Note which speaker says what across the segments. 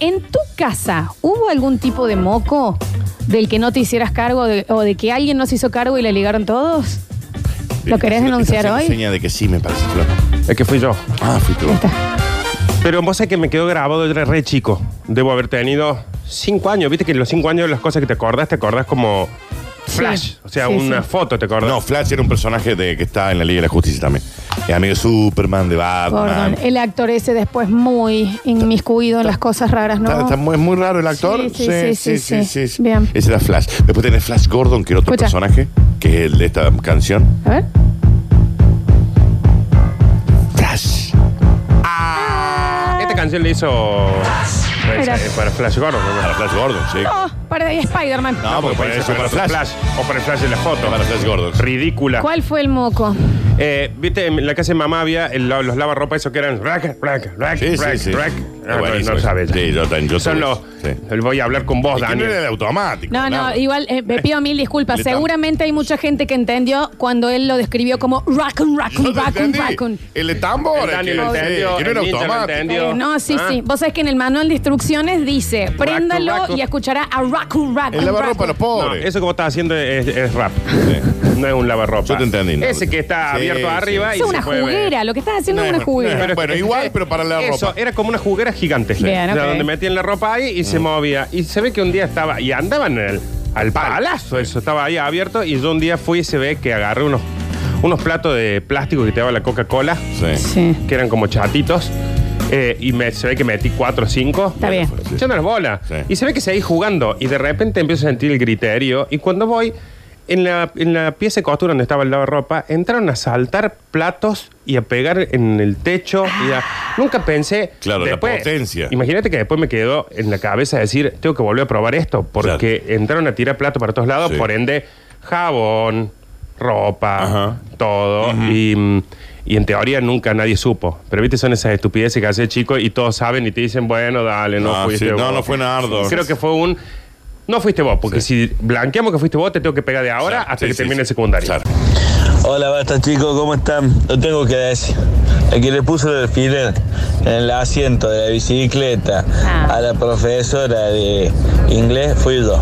Speaker 1: ¿En tu casa hubo algún tipo de moco del que no te hicieras cargo de- o de que alguien no se hizo cargo y le ligaron todos? ¿Lo querés
Speaker 2: Esa- esa
Speaker 1: denunciar
Speaker 2: es la
Speaker 1: hoy?
Speaker 2: seña de que sí, me parece, Flor.
Speaker 3: Es que fui yo.
Speaker 2: Ah, fui tú.
Speaker 1: Ahí está.
Speaker 3: Pero vos sabés que me quedó grabado, yo era re chico. Debo haber tenido cinco años. Viste que en los cinco años las cosas que te acordás, te acordás como flash.
Speaker 1: Sí.
Speaker 3: O sea,
Speaker 1: Sí,
Speaker 3: una
Speaker 1: sí.
Speaker 3: foto te acordás.
Speaker 2: No, Flash era un personaje de, que está en la Liga de la Justicia también. Es amigo de Superman, de Batman.
Speaker 1: Gordon, eh, el actor ese después muy inmiscuido en las cosas raras, ¿no?
Speaker 2: Está, está muy, muy raro el actor.
Speaker 1: Sí, sí, sí, sí, sí.
Speaker 2: sí.
Speaker 1: Bien.
Speaker 2: Ese era Flash. Después tenés Flash Gordon, que era otro
Speaker 1: Escucha.
Speaker 2: personaje, que es el de esta canción.
Speaker 1: A ver.
Speaker 2: Flash.
Speaker 3: Esta canción le hizo
Speaker 1: Mira.
Speaker 3: eh, para Flash Gordon. ¿no?
Speaker 2: Para Flash Gordon, sí.
Speaker 1: No, para ahí Spider-Man.
Speaker 2: No, porque para eso, para Flash.
Speaker 3: O para el Flash de la foto.
Speaker 2: Para Flash Gordon.
Speaker 3: Ridícula.
Speaker 1: ¿Cuál fue el moco?
Speaker 3: Eh, Viste, en la casa de mamá había el- los lavarropas, esos que eran. Rack, rack, rack,
Speaker 2: Sí, sí,
Speaker 3: rack,
Speaker 2: sí.
Speaker 3: rack.
Speaker 2: Está
Speaker 3: Ah, No,
Speaker 2: buenísimo
Speaker 3: no
Speaker 2: eso.
Speaker 3: sabes.
Speaker 2: Sí, yo también, yo
Speaker 3: Son
Speaker 2: tuve
Speaker 3: los.
Speaker 2: eso,
Speaker 3: Voy a hablar con vos,
Speaker 2: Es que no
Speaker 3: Daniel.
Speaker 2: era de automático.
Speaker 1: No, no,
Speaker 2: nada.
Speaker 1: igual eh, me pido mil disculpas.
Speaker 2: Le tam-
Speaker 1: Seguramente hay mucha gente que entendió cuando él lo describió como raccoon, raccoon,
Speaker 2: Yo no
Speaker 1: raccoon,
Speaker 2: entendí.
Speaker 1: raccoon.
Speaker 2: El de tambor.
Speaker 3: El
Speaker 2: es
Speaker 3: Dani lo
Speaker 2: que-
Speaker 3: entendió,
Speaker 2: que no era
Speaker 3: el Ninja lo
Speaker 2: automático.
Speaker 3: entendió.
Speaker 1: Eh, no, sí,
Speaker 3: Ah.
Speaker 1: sí. Vos sabés que en el manual de instrucciones dice, préndalo
Speaker 3: raccoon.
Speaker 1: y escuchará a raccoon, raccoon.
Speaker 2: El lavarropa
Speaker 1: raccoon".
Speaker 2: a los pobres.
Speaker 3: No, eso como estás haciendo es, es rap. No es un lavarropa.
Speaker 2: Yo te entendí, no.
Speaker 3: Ese que está
Speaker 2: Sí,
Speaker 3: abierto
Speaker 2: sí.
Speaker 3: arriba y
Speaker 1: Es una
Speaker 3: se mueve.
Speaker 1: juguera, lo que estás haciendo
Speaker 2: No
Speaker 1: es
Speaker 2: es-
Speaker 1: una juguera.
Speaker 2: no es- Bueno, igual, pero para la
Speaker 3: Eso,
Speaker 2: ropa.
Speaker 3: era como una juguera gigante.
Speaker 1: Bien,
Speaker 3: O sea,
Speaker 1: ok.
Speaker 3: Donde metían la ropa ahí y se movía. Y se ve que un día estaba. Y andaban en el- al palazo, eso estaba ahí abierto. Y yo un día fui y se ve que agarré unos, unos platos de plástico que te daba la Coca-Cola,
Speaker 2: Sí.
Speaker 1: Sí.
Speaker 3: que eran como chatitos. eh, y me, se ve que metí cuatro o cinco.
Speaker 1: Está bien.
Speaker 2: Sí.
Speaker 3: Yo no las bola.
Speaker 2: Sí.
Speaker 3: Y se ve que seguí jugando. Y de repente empiezo a sentir el griterío. Y cuando voy, en la, en la pieza de costura donde estaba el lavarropa, entraron a saltar platos y a pegar en el techo. y a-
Speaker 1: Ah.
Speaker 3: Nunca pensé.
Speaker 2: Claro, la potencia.
Speaker 3: Imagínate que después me quedó en la cabeza decir, tengo que volver a probar esto. Porque entraron a tirar platos para todos lados.
Speaker 2: Sí.
Speaker 3: Por ende, jabón, ropa,
Speaker 2: Ajá.
Speaker 3: todo. y, mm, y en teoría nunca nadie supo. Pero viste, son esas estupideces que hace chico y todos saben y te dicen, bueno, dale, no,
Speaker 2: Ah,
Speaker 3: fuiste
Speaker 2: sí,
Speaker 3: vos.
Speaker 2: no, no fue Nardo.
Speaker 3: Creo que fue un. No fuiste vos, porque si blanqueamos que fuiste vos, te tengo que pegar de ahora
Speaker 2: Claro,
Speaker 3: hasta
Speaker 2: sí,
Speaker 3: que
Speaker 2: sí,
Speaker 3: termine
Speaker 2: sí.
Speaker 3: el secundario.
Speaker 2: Claro.
Speaker 4: Hola, basta chicos, ¿cómo están? Lo tengo que decir. El que le puso el alfiler en el asiento de la bicicleta
Speaker 1: Ah.
Speaker 4: a la profesora de inglés fui yo.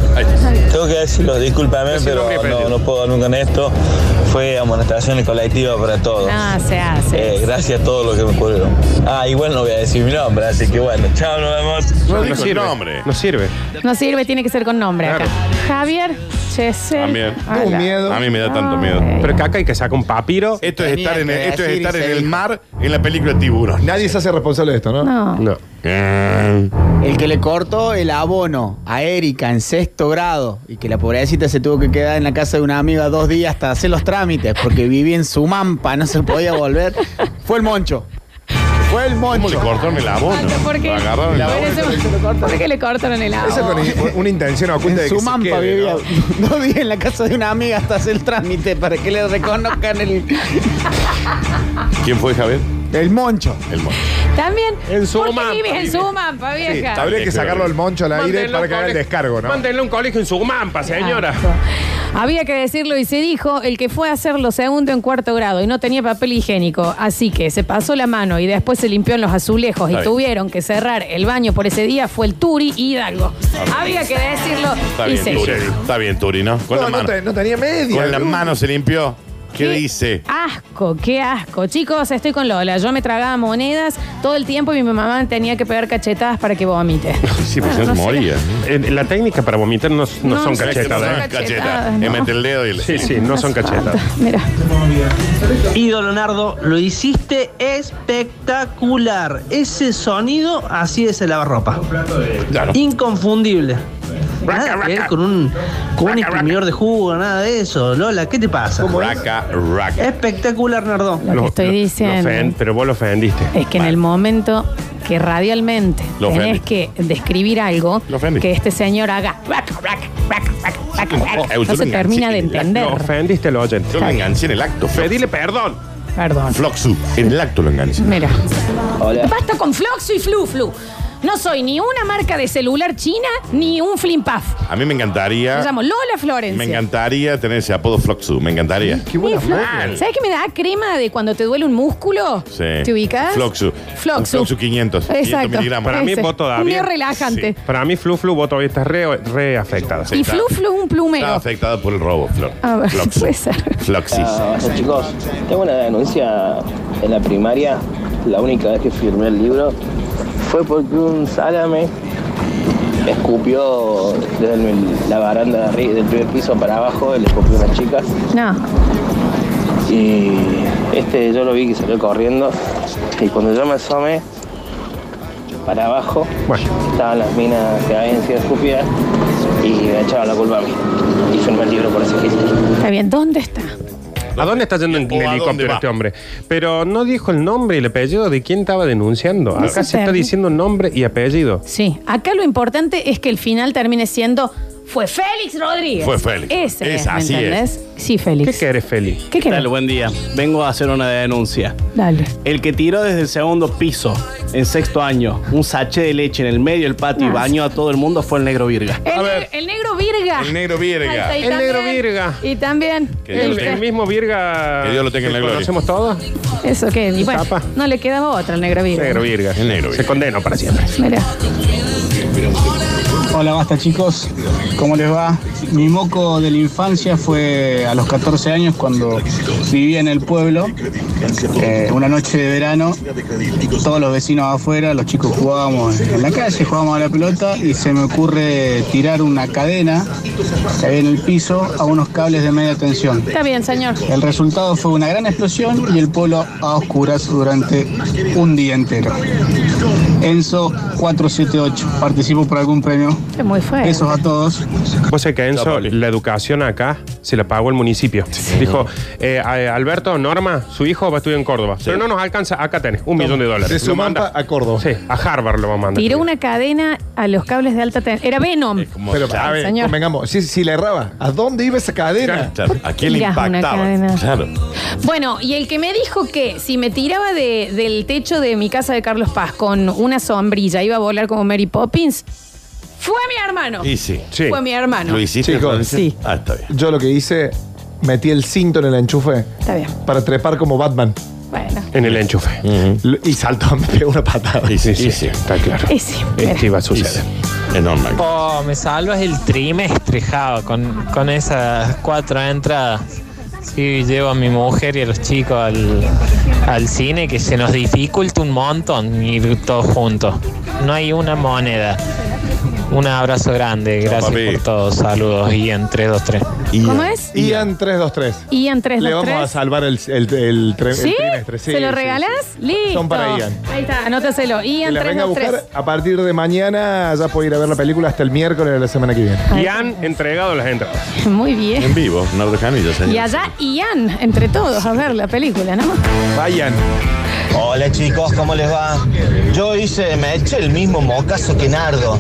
Speaker 4: Tengo que decirlo, discúlpame,
Speaker 3: Decí
Speaker 4: pero
Speaker 3: nombre y apellido.
Speaker 4: no, no puedo nunca en esto. Fue amonestación colectiva para todos.
Speaker 1: No, se hace.
Speaker 4: Eh, gracias a todos los que me ocurrieron. Ah, igual no voy a decir mi nombre, así que bueno, chao, nos vemos.
Speaker 2: No,
Speaker 3: No
Speaker 2: dijo el
Speaker 3: sirve.
Speaker 2: nombre.
Speaker 3: No sirve.
Speaker 1: No sirve, tiene que ser con nombre
Speaker 3: Claro.
Speaker 1: acá. Javier Chesel.
Speaker 2: También.
Speaker 1: Hola.
Speaker 2: A mí me da tanto miedo.
Speaker 3: Pero que acá hay que sacar un papiro.
Speaker 1: Eh,
Speaker 2: Esto es
Speaker 5: Tenía
Speaker 2: estar en,
Speaker 5: que
Speaker 2: el- esto es
Speaker 5: decir y
Speaker 2: estar
Speaker 5: se
Speaker 2: en el
Speaker 5: dijo.
Speaker 2: mar en la película Tiburón.
Speaker 5: Nadie se hace responsable de esto, ¿no?
Speaker 1: No.
Speaker 3: No.
Speaker 5: El
Speaker 6: que le cortó el abono a Erika en sexto grado y que la pobrecita se tuvo que quedar en la casa de una amiga dos días hasta hacer los trámites porque vivía en su mampa, no se podía volver, fue el moncho. Fue el
Speaker 2: ¿Cómo le
Speaker 6: moncho.
Speaker 2: cortaron el abono?
Speaker 1: Exacto, ¿Por qué?
Speaker 2: Lo agarraron el
Speaker 1: Por
Speaker 2: abono.
Speaker 1: eso- ¿Por qué le cortaron el
Speaker 5: Esa
Speaker 1: agua?
Speaker 5: con i- una intención oculta
Speaker 6: En
Speaker 5: de que
Speaker 6: su
Speaker 5: se
Speaker 6: mampa
Speaker 5: quede,
Speaker 6: vivía
Speaker 5: ¿no?
Speaker 6: dos días en la casa de una amiga hasta hacer el trámite para que le reconozcan el,
Speaker 2: ¿Quién fue Javier?
Speaker 6: el moncho.
Speaker 2: El mono.
Speaker 1: También.
Speaker 3: En su
Speaker 1: ¿Por qué
Speaker 3: mampa,
Speaker 1: vives en
Speaker 3: vive.
Speaker 1: su mampa, vieja?
Speaker 5: Habría que sacarlo del moncho al aire
Speaker 3: Mándenlo
Speaker 5: para
Speaker 3: a
Speaker 5: que haga
Speaker 3: un
Speaker 5: el
Speaker 3: colegio-
Speaker 5: descargo, ¿no?
Speaker 3: Mándenlo a un colegio en su mampa, señora.
Speaker 1: Exacto. Había que decirlo y se dijo, el que fue a hacerlo segundo en cuarto grado y no tenía papel higiénico, así que se pasó la mano y después se limpió en los azulejos y
Speaker 2: Está bien.
Speaker 1: tuvieron que cerrar el baño por ese día, fue el Turi Hidalgo. Había que decirlo
Speaker 2: Está
Speaker 1: y
Speaker 2: bien,
Speaker 1: se
Speaker 2: Turi.
Speaker 1: dijo.
Speaker 2: Está bien, Turi, ¿no? Con
Speaker 5: No,
Speaker 2: la
Speaker 5: no,
Speaker 2: mano.
Speaker 5: te- no tenía media. Uh.
Speaker 2: Con la mano se limpió. ¿Qué dice?
Speaker 1: Asco, qué asco. Chicos, estoy con Lola. Yo me tragaba monedas todo el tiempo y mi mamá tenía que pegar cachetadas para que vomite.
Speaker 2: Sí, pues
Speaker 1: Bueno,
Speaker 2: no
Speaker 1: no sé.
Speaker 2: se moría.
Speaker 3: Eh, la técnica para vomitar no, no
Speaker 1: No,
Speaker 3: son
Speaker 1: no sé.
Speaker 3: cachetas.
Speaker 1: No
Speaker 3: ¿eh?
Speaker 1: son
Speaker 2: Cacheta. Ah,
Speaker 1: cachetadas, no.
Speaker 2: Le mete el dedo y le.
Speaker 3: Sí, sí, no son cachetas.
Speaker 1: Mira.
Speaker 7: Ídolo Nardo, lo hiciste espectacular. Ese sonido, así es el lavarropa.
Speaker 2: Claro.
Speaker 7: Inconfundible.
Speaker 3: Raca,
Speaker 7: Nada que
Speaker 3: raca.
Speaker 7: ver con un, con un
Speaker 3: Raca,
Speaker 7: exprimidor de jugo, nada de eso. Lola, ¿qué te pasa?
Speaker 2: Raca, raca.
Speaker 1: Eh,
Speaker 7: Espectacular, Nardo.
Speaker 1: Lo que estoy diciendo.
Speaker 3: lo ofen- pero vos lo ofendiste.
Speaker 1: Es que en el momento que radialmente
Speaker 2: Lo
Speaker 1: tenés
Speaker 2: ofendí.
Speaker 1: que describir algo
Speaker 2: Lo ofendí.
Speaker 1: que este señor haga rac, rac, rac, rac, rac, rac,
Speaker 2: Oh,
Speaker 1: no se
Speaker 2: Eugenio,
Speaker 1: termina
Speaker 2: sí,
Speaker 1: de entender.
Speaker 3: Lo ofendiste lo oyente.
Speaker 2: Yo lo enganché en el acto.
Speaker 3: Pedile perdón.
Speaker 1: Perdón.
Speaker 2: Floxu. En el acto lo enganché.
Speaker 1: Mira.
Speaker 4: Hola.
Speaker 1: Basta con floxo y flu flu. No soy ni una marca de celular china ni un flimpaf.
Speaker 2: A mí me
Speaker 1: Me
Speaker 2: encantaría.
Speaker 1: llamo Lola Florencia.
Speaker 2: Ah. Me encantaría tener ese apodo Floxu. Me encantaría.
Speaker 5: Qué buena foto.
Speaker 1: ¿Sabes qué me da crema de cuando te duele un músculo?
Speaker 2: Sí.
Speaker 1: ¿Te ubicas?
Speaker 2: Floxu. Un
Speaker 1: Floxu.
Speaker 2: Floxu 500, 500
Speaker 1: Exacto.
Speaker 2: miligramos.
Speaker 3: Para mí,
Speaker 1: Ese.
Speaker 3: vos todavía.
Speaker 1: Un biorelájante.
Speaker 2: Sí.
Speaker 3: Para mí, Flu Flu, vos todavía estás re, re afectada.
Speaker 2: Sí,
Speaker 1: Y
Speaker 2: está-
Speaker 1: Flu Flu es un
Speaker 2: Está
Speaker 1: plumero.
Speaker 2: afectada por el robo, Flor.
Speaker 1: A ver,
Speaker 2: Floxu.
Speaker 1: puede ser. Ah.
Speaker 2: Floxis.
Speaker 8: Hola Ah, chicos, tengo una denuncia en la primaria. La única vez que firmé el libro fue porque un salame escupió desde el- la baranda de arri- del primer piso para abajo, le escupió a una chica
Speaker 1: No.
Speaker 8: y este yo lo vi que salió corriendo y cuando yo me asomé para abajo
Speaker 3: Bueno.
Speaker 8: estaban las minas que habían sido escupidas y me echaban la culpa a mí y firmé el libro por ese gesto.
Speaker 1: Está bien, ¿dónde está?
Speaker 3: ¿A dónde está yendo en
Speaker 2: ¿O a dónde
Speaker 3: helicóptero
Speaker 2: va?
Speaker 3: este hombre? Pero no dijo el nombre y el apellido de quién estaba denunciando.
Speaker 1: No
Speaker 3: Acá
Speaker 1: sé.
Speaker 3: se está diciendo nombre y apellido.
Speaker 1: Sí. Acá lo importante es que el final termine siendo. Fue Félix Rodríguez.
Speaker 2: Fue Félix.
Speaker 1: Ese
Speaker 2: Es,
Speaker 1: es, ¿me
Speaker 2: así es.
Speaker 1: entendés? Sí,
Speaker 3: ¿Qué
Speaker 1: Félix.
Speaker 3: querés, Feli?
Speaker 1: ¿Qué
Speaker 9: ¿Qué
Speaker 1: querés?
Speaker 9: tal? Buen día. Vengo a hacer una denuncia.
Speaker 1: Dale.
Speaker 9: El que tiró desde el segundo piso, en sexto año, un sachet de leche en el medio del patio y
Speaker 1: No.
Speaker 9: bañó a todo el mundo fue el negro Virga.
Speaker 1: El,
Speaker 2: ver.
Speaker 1: el negro Virga.
Speaker 2: El negro virga.
Speaker 1: Ahí está, y
Speaker 3: El negro
Speaker 1: también-
Speaker 3: Virga.
Speaker 1: Y también. este,
Speaker 2: Que Dios lo
Speaker 3: El,
Speaker 1: ¿viste?
Speaker 2: tenga.
Speaker 3: el mismo Virga.
Speaker 2: Que Dios lo tenga en la
Speaker 3: que
Speaker 2: gloria.
Speaker 3: ¿Conocemos todos?
Speaker 1: Eso que, y bueno,
Speaker 3: Tapa.
Speaker 1: no le quedaba otra al negro Virga.
Speaker 3: Negro Virga.
Speaker 2: El negro virga.
Speaker 3: Se condenó para siempre.
Speaker 1: Mirá.
Speaker 10: Hola, basta chicos. ¿Cómo les va? Mi moco de la infancia fue a los 14 años cuando vivía en el pueblo. Eh, una noche de verano, todos los vecinos afuera, los chicos jugábamos en la calle, jugábamos a la pelota y se me ocurre tirar una cadena que había en el piso a unos cables de media tensión.
Speaker 1: Está bien, señor.
Speaker 10: El resultado fue una gran explosión y el pueblo a oscuras durante un día entero. Enzo 478, participo por algún premio.
Speaker 1: Es muy fuerte.
Speaker 10: Besos a todos.
Speaker 3: Vos sabés que
Speaker 2: Chao,
Speaker 3: Enzo,
Speaker 2: papi.
Speaker 3: la educación acá se la pagó el municipio. Dijo, eh, a- Alberto, Norma, su hijo va a estudiar en Córdoba. Pero no nos alcanza, acá tenés, un millón de dólares.
Speaker 5: De
Speaker 3: Lo manda-
Speaker 5: Sumampa a Córdoba.
Speaker 3: Sí, a Harvard lo vamos a mandar.
Speaker 1: Tiró una cadena a los cables de alta tensión. Era Venom.
Speaker 2: Es como-
Speaker 5: Pero,
Speaker 2: Claro,
Speaker 5: a ver,
Speaker 1: Señor.
Speaker 5: convengamos, si, si la erraba, ¿a dónde iba esa cadena?
Speaker 2: claro. ¿A quién le
Speaker 1: Tirás una cadena.
Speaker 2: impactaba? Claro.
Speaker 1: Bueno, y el que me dijo que si me tiraba de- del techo de mi casa de Carlos Paz con una sombrilla iba a volar como Mary Poppins, fue mi hermano.
Speaker 2: Y sí.
Speaker 3: Sí.
Speaker 1: Fue mi hermano.
Speaker 2: ¿Lo hiciste?
Speaker 5: Chicos,
Speaker 2: Florencia?
Speaker 1: sí.
Speaker 2: Ah, está bien.
Speaker 5: Yo lo que hice, metí el cinto en el enchufe
Speaker 1: Está bien.
Speaker 5: para trepar como Batman.
Speaker 1: Bueno.
Speaker 3: En el enchufe.
Speaker 2: Mm.
Speaker 5: Lo- Y saltó, me pegó una patada.
Speaker 2: Y sí, sí,
Speaker 3: Y
Speaker 2: sí.
Speaker 3: Está claro.
Speaker 1: Y sí,
Speaker 2: este
Speaker 1: mira.
Speaker 3: Esto Este iba a
Speaker 2: Y
Speaker 3: suceder.
Speaker 2: sí. Es normal.
Speaker 11: Oh, me salvas el trimestre, Java, con, con esas cuatro entradas. Sí, llevo a mi mujer y a los chicos al, al cine, que se nos dificulta un montón ir todos juntos. No hay una moneda. Un abrazo grande, gracias
Speaker 2: papi.
Speaker 11: por todo, saludos y en 3, 2, 3.
Speaker 1: ¿Cómo es?
Speaker 5: Ian 323.
Speaker 1: Ian 323.
Speaker 5: Le vamos a salvar el, el, el tre- el
Speaker 1: ¿Sí?
Speaker 5: trimestre. Sí,
Speaker 1: ¿Se lo
Speaker 5: sí,
Speaker 1: regalás?
Speaker 5: sí.
Speaker 1: Listo.
Speaker 5: Son para Ian.
Speaker 1: Ahí está, anótaselo.
Speaker 5: Que
Speaker 1: Ian
Speaker 5: la venga a buscar
Speaker 1: 323.
Speaker 5: a partir de mañana. Ya puede ir a ver la película hasta el miércoles de la semana que viene.
Speaker 3: Y han entregado las entradas.
Speaker 1: Muy bien.
Speaker 2: En vivo, Nardo Janillo, señor.
Speaker 1: Y allá Ian, entre todos, a ver la película, ¿no?
Speaker 5: Vayan.
Speaker 4: Hola chicos, ¿cómo les va? Yo hice, me eché el mismo mocazo que Nardo.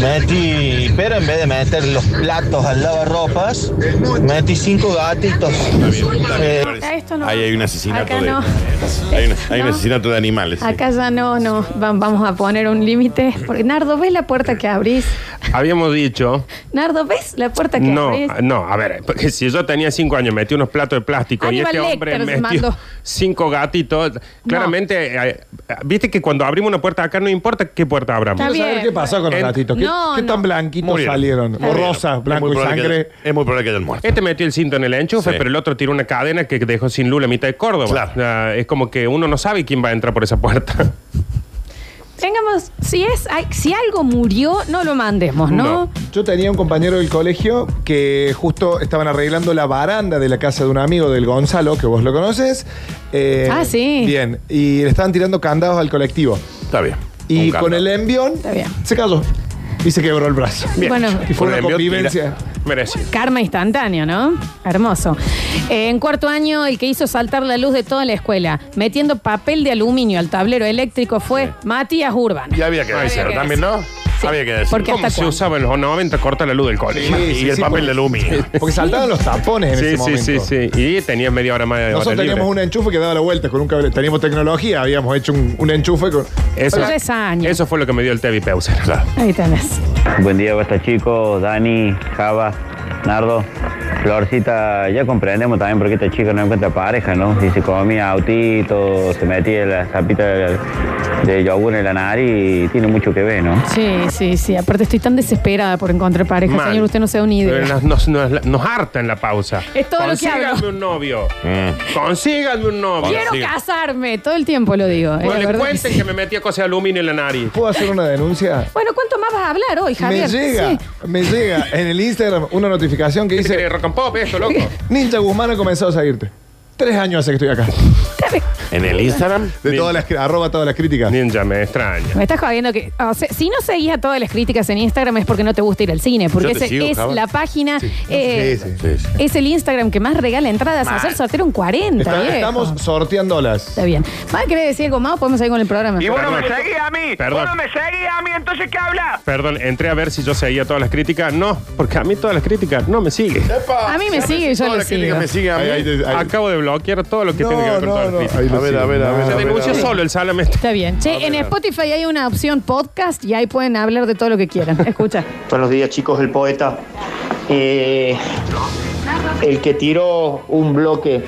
Speaker 4: Metí, pero en vez de meter los platos al lavarropas, metí cinco gatitos.
Speaker 2: Está bien, está bien,
Speaker 4: Eh,
Speaker 2: Florencia.
Speaker 1: Acá esto no.
Speaker 2: Ahí hay un asesinato
Speaker 1: Acá
Speaker 2: de.
Speaker 1: no.
Speaker 2: Hay, un- hay un
Speaker 1: No.
Speaker 2: asesinato de animales. sí.
Speaker 1: Acá ya no, no, va- vamos a poner un límite. Porque, Nardo, ¿ves la puerta que abrís?
Speaker 3: Habíamos dicho.
Speaker 1: Nardo, ¿ves la puerta que
Speaker 3: No,
Speaker 1: abrís?
Speaker 3: a- no, a ver, porque si yo tenía cinco años, metí unos platos de plástico
Speaker 1: Aníbal
Speaker 3: y este hombre
Speaker 1: Lecter
Speaker 3: metió
Speaker 1: mandó.
Speaker 3: cinco gatitos. Claramente, eh, eh, viste que cuando abrimos una puerta acá no importa qué puerta abramos.
Speaker 1: Está
Speaker 5: Quiero
Speaker 1: bien.
Speaker 5: saber qué pasó con los
Speaker 3: En-
Speaker 5: gatitos. ¿Qué,
Speaker 1: No,
Speaker 5: qué
Speaker 1: no.
Speaker 5: tan blanquitos
Speaker 2: Murieron.
Speaker 5: salieron? O
Speaker 2: Murieron.
Speaker 5: rosa,
Speaker 2: Es
Speaker 5: blanco
Speaker 2: muy
Speaker 5: y
Speaker 2: probable que
Speaker 5: sangre.
Speaker 2: haya- es muy probable que hayan muerto.
Speaker 3: Este metió el cinto en el enchufe,
Speaker 2: Sí.
Speaker 3: pero el otro tiró una cadena que dejó sin luz la mitad de Córdoba.
Speaker 2: Claro.
Speaker 3: O sea, es como que uno no sabe quién va a entrar por esa puerta.
Speaker 1: Tengamos, si es, ay, si algo murió, no lo mandemos, ¿no?
Speaker 3: No.
Speaker 5: Yo tenía un compañero del colegio que justo estaban arreglando la baranda de la casa de un amigo del Gonzalo, que vos lo conoces. Eh,
Speaker 1: Ah, sí.
Speaker 5: Bien, y le estaban tirando candados al colectivo.
Speaker 2: Está bien.
Speaker 5: Y
Speaker 2: Un
Speaker 5: con
Speaker 2: candado.
Speaker 5: el envión
Speaker 1: Está bien.
Speaker 5: se cayó y se quebró el brazo.
Speaker 3: Bien.
Speaker 1: Bueno,
Speaker 5: Y fue
Speaker 2: Con el
Speaker 5: una
Speaker 2: envión
Speaker 5: convivencia.
Speaker 3: Merece.
Speaker 1: karma instantáneo, ¿no? Hermoso. Eh, en cuarto año, el que hizo saltar la luz de toda la escuela, metiendo papel de aluminio al tablero eléctrico, fue Matías Urban.
Speaker 2: Y había que
Speaker 1: Había
Speaker 2: decirlo
Speaker 1: que
Speaker 2: también, ¿no? Había que decir.
Speaker 1: Porque
Speaker 3: ¿Cómo
Speaker 1: hasta
Speaker 3: se
Speaker 1: cuándo?
Speaker 3: usaba en los 90 corta la luz del colegio?
Speaker 5: Sí,
Speaker 3: y
Speaker 5: sí,
Speaker 3: el
Speaker 5: sí,
Speaker 3: papel
Speaker 5: porque-
Speaker 3: de aluminio.
Speaker 5: Porque saltaban los tapones en
Speaker 3: Sí,
Speaker 5: ese
Speaker 3: sí,
Speaker 5: momento.
Speaker 3: sí, sí. Y tenía media hora más de hora
Speaker 5: Nosotros
Speaker 3: libre.
Speaker 5: teníamos un enchufe que daba la vuelta con un cable. Teníamos tecnología, habíamos hecho un, un enchufe con.
Speaker 3: Eso,
Speaker 1: Pero es año.
Speaker 3: eso fue lo que me dio el Tevi Peuser.
Speaker 1: Ahí tenés.
Speaker 12: Buen día, basta chicos, Dani, Java, Nardo, Florcita, ya comprendemos también por qué esta chica no encuentra pareja, ¿no? Si se comía autito, se metía la zapita de, de yogur en la nariz, tiene mucho que ver, ¿no?
Speaker 1: Sí, sí, sí. Aparte estoy tan desesperada por encontrar pareja.
Speaker 3: Mal.
Speaker 1: Señor, usted no se da una
Speaker 3: Pero
Speaker 1: idea.
Speaker 3: Nos, nos, nos- nos harta en la pausa.
Speaker 1: Es todo lo que hablo.
Speaker 3: Consíganme un novio.
Speaker 5: Mm.
Speaker 3: Consíganme un novio.
Speaker 1: Quiero
Speaker 3: Sí.
Speaker 1: casarme. Todo el tiempo lo digo. eh,
Speaker 3: No
Speaker 1: la
Speaker 3: le
Speaker 1: verdad que
Speaker 3: cuenten
Speaker 1: sí.
Speaker 3: que me metía cosas de aluminio en la nariz.
Speaker 5: ¿Puedo hacer una denuncia?
Speaker 1: Bueno, ¿cuánto más vas a hablar hoy, Javier?
Speaker 5: Me llega,
Speaker 1: Sí.
Speaker 5: me llega en el Instagram una notificación que
Speaker 3: Dice que
Speaker 5: dice
Speaker 3: rock and pop esto, loco.
Speaker 5: Ninja Guzmán ha comenzado a seguirte. Tres años hace que estoy acá.
Speaker 2: En el Instagram.
Speaker 5: De todas las arroba todas las críticas.
Speaker 3: Ninja, me extraña.
Speaker 1: Me estás jodiendo que. o sea, si no seguís a todas las críticas en Instagram es porque no te gusta ir al cine, porque
Speaker 2: Yo te
Speaker 1: ese
Speaker 2: sigo,
Speaker 1: es
Speaker 2: Java.
Speaker 1: la página. eh,
Speaker 5: Sí, sí.
Speaker 2: Sí, sí.
Speaker 1: Es el Instagram que más regala entradas. Ayer sortearon 40,
Speaker 5: Está-
Speaker 1: viejo.
Speaker 5: estamos sorteándolas.
Speaker 1: Está bien. ¿Más querés decir algo más o podemos seguir con el programa?
Speaker 9: Y vos no me
Speaker 3: Perdón.
Speaker 9: seguís a mí.
Speaker 3: Perdón.
Speaker 9: Vos no me seguís a mí, entonces ¿qué hablas?
Speaker 3: Perdón, entré a ver si yo seguía todas las críticas. No, porque a mí todas las críticas no me sigue.
Speaker 1: A mí me sigue, yo
Speaker 2: Todas
Speaker 1: le
Speaker 2: las críticas
Speaker 1: sigo.
Speaker 2: me siguen a mí.
Speaker 5: Ahí- ahí te- ahí-
Speaker 3: Acabo de bloquear todo lo que
Speaker 5: No,
Speaker 3: tiene que ver con
Speaker 5: no,
Speaker 3: todas
Speaker 5: no.
Speaker 3: las
Speaker 5: Ahí
Speaker 3: críticas.
Speaker 5: lo
Speaker 2: A ver,
Speaker 5: sigo.
Speaker 2: a ver, a
Speaker 5: No,
Speaker 2: ver,
Speaker 3: Se
Speaker 2: a ver,
Speaker 3: denunció
Speaker 2: a ver.
Speaker 3: solo el salame.
Speaker 1: Está bien. Che, en Spotify hay una opción podcast y ahí pueden hablar de todo lo que quieran. Escucha.
Speaker 13: Buenos días, chicos, el poeta. Eh, el que tiró un bloque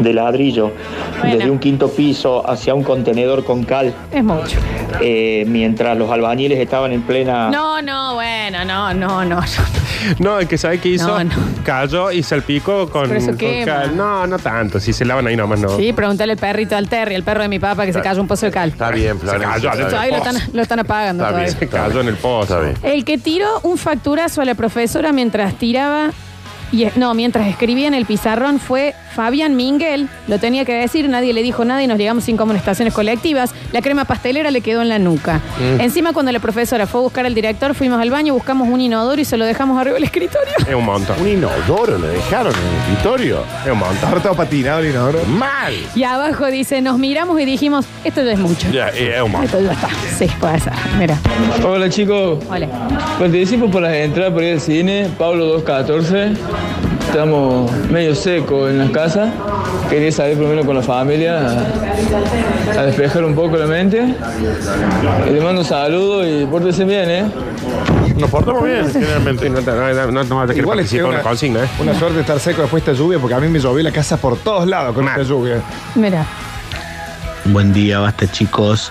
Speaker 13: de ladrillo
Speaker 1: Bueno.
Speaker 13: desde un quinto piso hacia un contenedor con cal
Speaker 1: Es mucho.
Speaker 13: eh, mientras los albañiles estaban en
Speaker 14: Ah.
Speaker 13: plena.
Speaker 1: No, no, bueno, no, no, no.
Speaker 3: No, el que sabe qué hizo,
Speaker 1: No, no.
Speaker 3: cayó y salpicó con.
Speaker 1: Pero eso
Speaker 3: con
Speaker 1: quema.
Speaker 3: cal. No, no tanto. Si se lavan ahí nomás, no.
Speaker 1: Sí, pregúntale al perrito al Terry, el perro de mi papá que se cayó un pozo de cal.
Speaker 2: Está bien, Florencia.
Speaker 3: Se cayó,
Speaker 2: está
Speaker 1: Todavía lo
Speaker 2: bien.
Speaker 1: están, lo están apagando
Speaker 2: Está bien,
Speaker 1: todavía.
Speaker 3: Se cayó en el pozo.
Speaker 2: Está bien.
Speaker 1: El que tiró un facturazo a la profesora mientras tiraba. Y, no, mientras escribía en el pizarrón fue Fabián Minguel. Lo tenía que decir, nadie le dijo nada y nos llegamos sin comunicaciones colectivas. La crema pastelera le quedó en la nuca.
Speaker 2: Mm.
Speaker 1: Encima, cuando la profesora fue a buscar al director, fuimos al baño, buscamos un inodoro y se lo dejamos arriba del escritorio.
Speaker 3: Es un montón.
Speaker 2: Un inodoro le dejaron en el escritorio.
Speaker 3: Es un montón.
Speaker 5: Ahora todo patinado el inodoro.
Speaker 2: ¡Mal!
Speaker 1: Y abajo dice, nos miramos y dijimos, esto ya es mucho.
Speaker 2: Ya, eh, es un montón.
Speaker 1: Esto ya está. Sí, puede ser. Mira,
Speaker 15: Hola chicos,
Speaker 1: hola.
Speaker 15: participo por las entradas por ir al cine, Pablo 214. Estamos medio secos en las casas. Quería salir primero con la familia a, a despejar un poco la mente. Y le mando un saludo y pórtese bien, ¿eh?
Speaker 2: Nos portamos bien, generalmente.
Speaker 3: Sí, no, te- no, no, no, no vas a querer
Speaker 5: Igual es que
Speaker 3: participar
Speaker 5: una,
Speaker 3: una consigna, ¿eh?
Speaker 5: una suerte estar seco después de esta lluvia, porque a mí me llovió la casa por todos lados con
Speaker 3: Mal.
Speaker 5: esta lluvia.
Speaker 1: Mira.
Speaker 14: Buen día, basta chicos.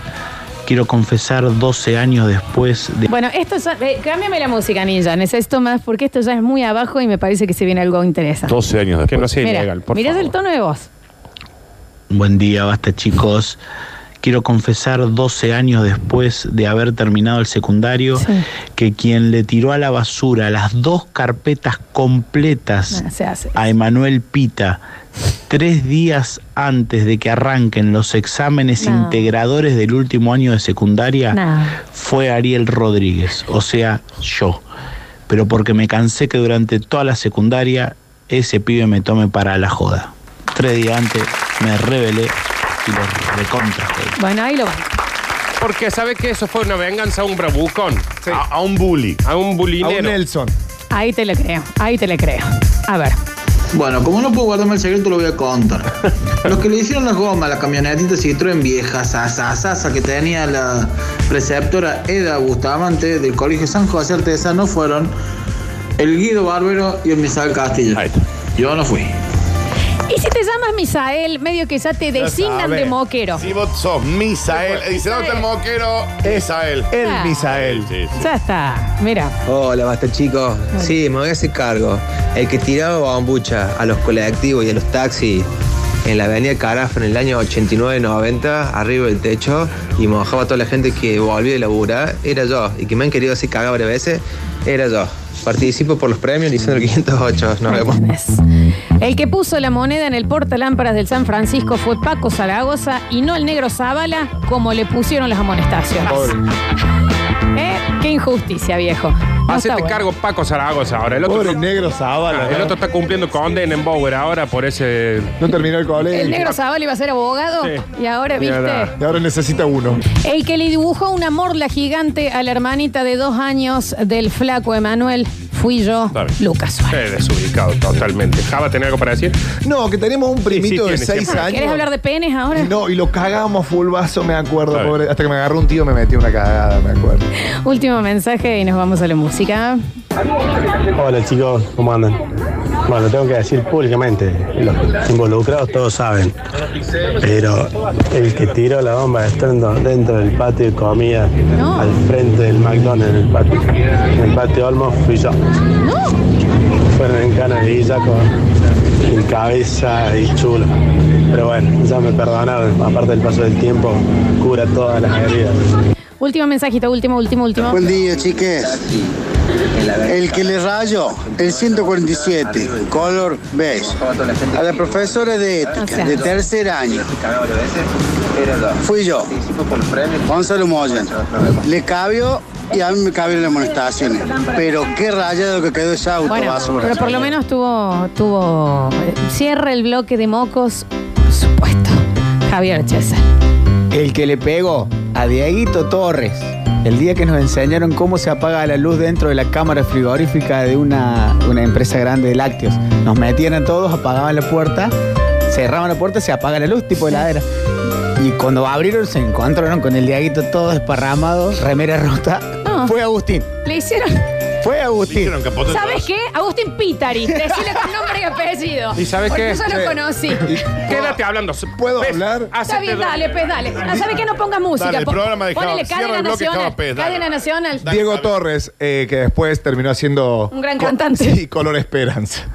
Speaker 14: Quiero confesar 12 años después de...
Speaker 1: Bueno, esto son- eh, cámbiame la música, Ninja. Necesito más porque esto ya es muy abajo y me parece que se viene algo interesante.
Speaker 2: 12 años después.
Speaker 3: Que no sea
Speaker 1: Mira,
Speaker 3: ilegal, por
Speaker 1: mirá
Speaker 3: favor.
Speaker 1: el tono de voz.
Speaker 14: Buen día, basta chicos. Quiero confesar 12 años después de haber terminado el secundario
Speaker 1: Sí.
Speaker 14: que quien le tiró a la basura las dos carpetas completas
Speaker 1: Bueno, se hace.
Speaker 14: a Emanuel Pita tres días antes de que arranquen los exámenes
Speaker 1: No.
Speaker 14: integradores del último año de secundaria
Speaker 1: No.
Speaker 14: fue Ariel Rodríguez, o sea, yo. Pero porque me cansé que durante toda la secundaria ese pibe me tome para la joda. Tres días antes me rebelé y lo recontra jodí.
Speaker 1: Bueno, ahí lo van.
Speaker 3: Porque sabe que eso fue una venganza a un bravucón,
Speaker 2: A, a un bully.
Speaker 3: a un
Speaker 5: A un
Speaker 3: bulinero.
Speaker 5: Nelson.
Speaker 1: Ahí te lo creo. Ahí te lo creo. A ver.
Speaker 16: Bueno, como no puedo guardarme el secreto, lo voy a contar. Los que le hicieron las gomas a la camionetita Citroën vieja, sasa, sasa, que tenía la preceptora Eda Bustamante del Colegio San José Artesano fueron el Guido Barbero y el Misael Castillo. Yo no fui.
Speaker 1: Y si te llamas Misael, medio que ya te designan
Speaker 2: sabe.
Speaker 1: de moquero.
Speaker 2: Si vos sos Misael, eh, dice, ¿dónde está el moquero? Misael.
Speaker 1: El Ah.
Speaker 2: Misael.
Speaker 1: Ya está. Mira.
Speaker 17: Hola, basta chicos. Sí, me voy a hacer cargo. El que tiraba bambucha a los colectivos y a los taxis en la avenida Carafa en el año 89-90, arriba del techo, y mojaba a toda la gente que volvía de laburar, era yo. Y que me han querido hacer cagar varias veces, era yo. Participo por los premios diciendo el 508. Nos vemos.
Speaker 1: El que puso la moneda en el portalámparas del San Francisco fue Paco Zaragoza y no el negro Zavala, como le pusieron las amonestaciones.
Speaker 5: Pobre.
Speaker 1: ¿Eh? Qué injusticia, viejo. No está
Speaker 3: Hacete
Speaker 1: bueno.
Speaker 3: cargo Paco Zaragoza ahora. El otro
Speaker 5: Pobre negro Zavala.
Speaker 3: el otro está cumpliendo condena en Bower ahora por ese.
Speaker 5: No terminó el colegio.
Speaker 1: El negro Zavala iba a ser abogado
Speaker 3: Sí.
Speaker 1: y ahora,
Speaker 5: Y
Speaker 1: viste.
Speaker 5: ahora- y ahora necesita uno.
Speaker 1: El que le dibujó una morla gigante a la hermanita de dos años del flaco Emanuel fui yo. Lucas
Speaker 3: Suárez. eh, desubicado totalmente. Java, ¿tenés algo para decir?
Speaker 5: No, que tenemos un primito de
Speaker 3: tiene,
Speaker 5: 6
Speaker 3: siempre.
Speaker 5: años.
Speaker 1: ¿Quieres hablar de penes ahora?
Speaker 5: No, y lo cagamos full vaso, me acuerdo, pobre. Hasta que me agarró un tío me metió una cagada, me acuerdo.
Speaker 1: Último mensaje y nos vamos a la música.
Speaker 18: Hola chicos, ¿cómo andan? Bueno, tengo que decir públicamente, los involucrados todos saben, pero el que tiró la bomba estando dentro del patio de comida, al frente del McDonald's, en el patio, en el patio Olmo, fui yo. Fueron en canadilla con mi cabeza y chulo. Pero bueno, ya me perdonaron, aparte del paso del tiempo, cura todas las heridas.
Speaker 1: Último mensajito, último, último, último.
Speaker 19: Buen día, chiques. El que le rayo, el 147, color beige. A la profesora de ética, de
Speaker 6: este
Speaker 19: tercer año. Fui yo, Gonzalo Moyen. Le cabió y a mí me cabieron las amonestaciones. Pero qué rayado que quedó ese auto.
Speaker 1: Bueno,
Speaker 19: vaso,
Speaker 1: pero por lo menos tuvo, tuvo. eh, Cierra el bloque de mocos, por supuesto. Javier Chesel.
Speaker 6: El que le pegó a Dieguito Torres. El día que nos enseñaron cómo se apaga la luz dentro de la cámara frigorífica de una, una empresa grande de lácteos. Nos metían a todos, apagaban la puerta, cerraban la puerta, se apaga la luz, tipo heladera. Y cuando abrieron se encontraron con el Dieguito todo desparramado, remera rota. Fue Agustín.
Speaker 1: Le hicieron.
Speaker 6: Fue Agustín.
Speaker 1: ¿Sabes qué? Agustín Pitari. Decirle con nombre y apellido.
Speaker 3: ¿Y sabes
Speaker 1: Porque
Speaker 3: qué?
Speaker 1: Yo lo
Speaker 3: Sí.
Speaker 1: conocí.
Speaker 3: Quédate hablando. ¿Puedo hablar?
Speaker 1: Está bien, dale, pues dale. Ah, ¿Sabes qué? No ponga música.
Speaker 2: Dale, el
Speaker 1: Pon-
Speaker 2: programa de
Speaker 1: Ponele
Speaker 2: Java. Cierra
Speaker 1: cadena
Speaker 2: el bloque,
Speaker 1: nacional.
Speaker 2: Java, pues, dale.
Speaker 1: cadena nacional.
Speaker 5: Diego Torres, eh, que después terminó haciendo
Speaker 1: Un gran cantante.
Speaker 5: y Color Esperanza.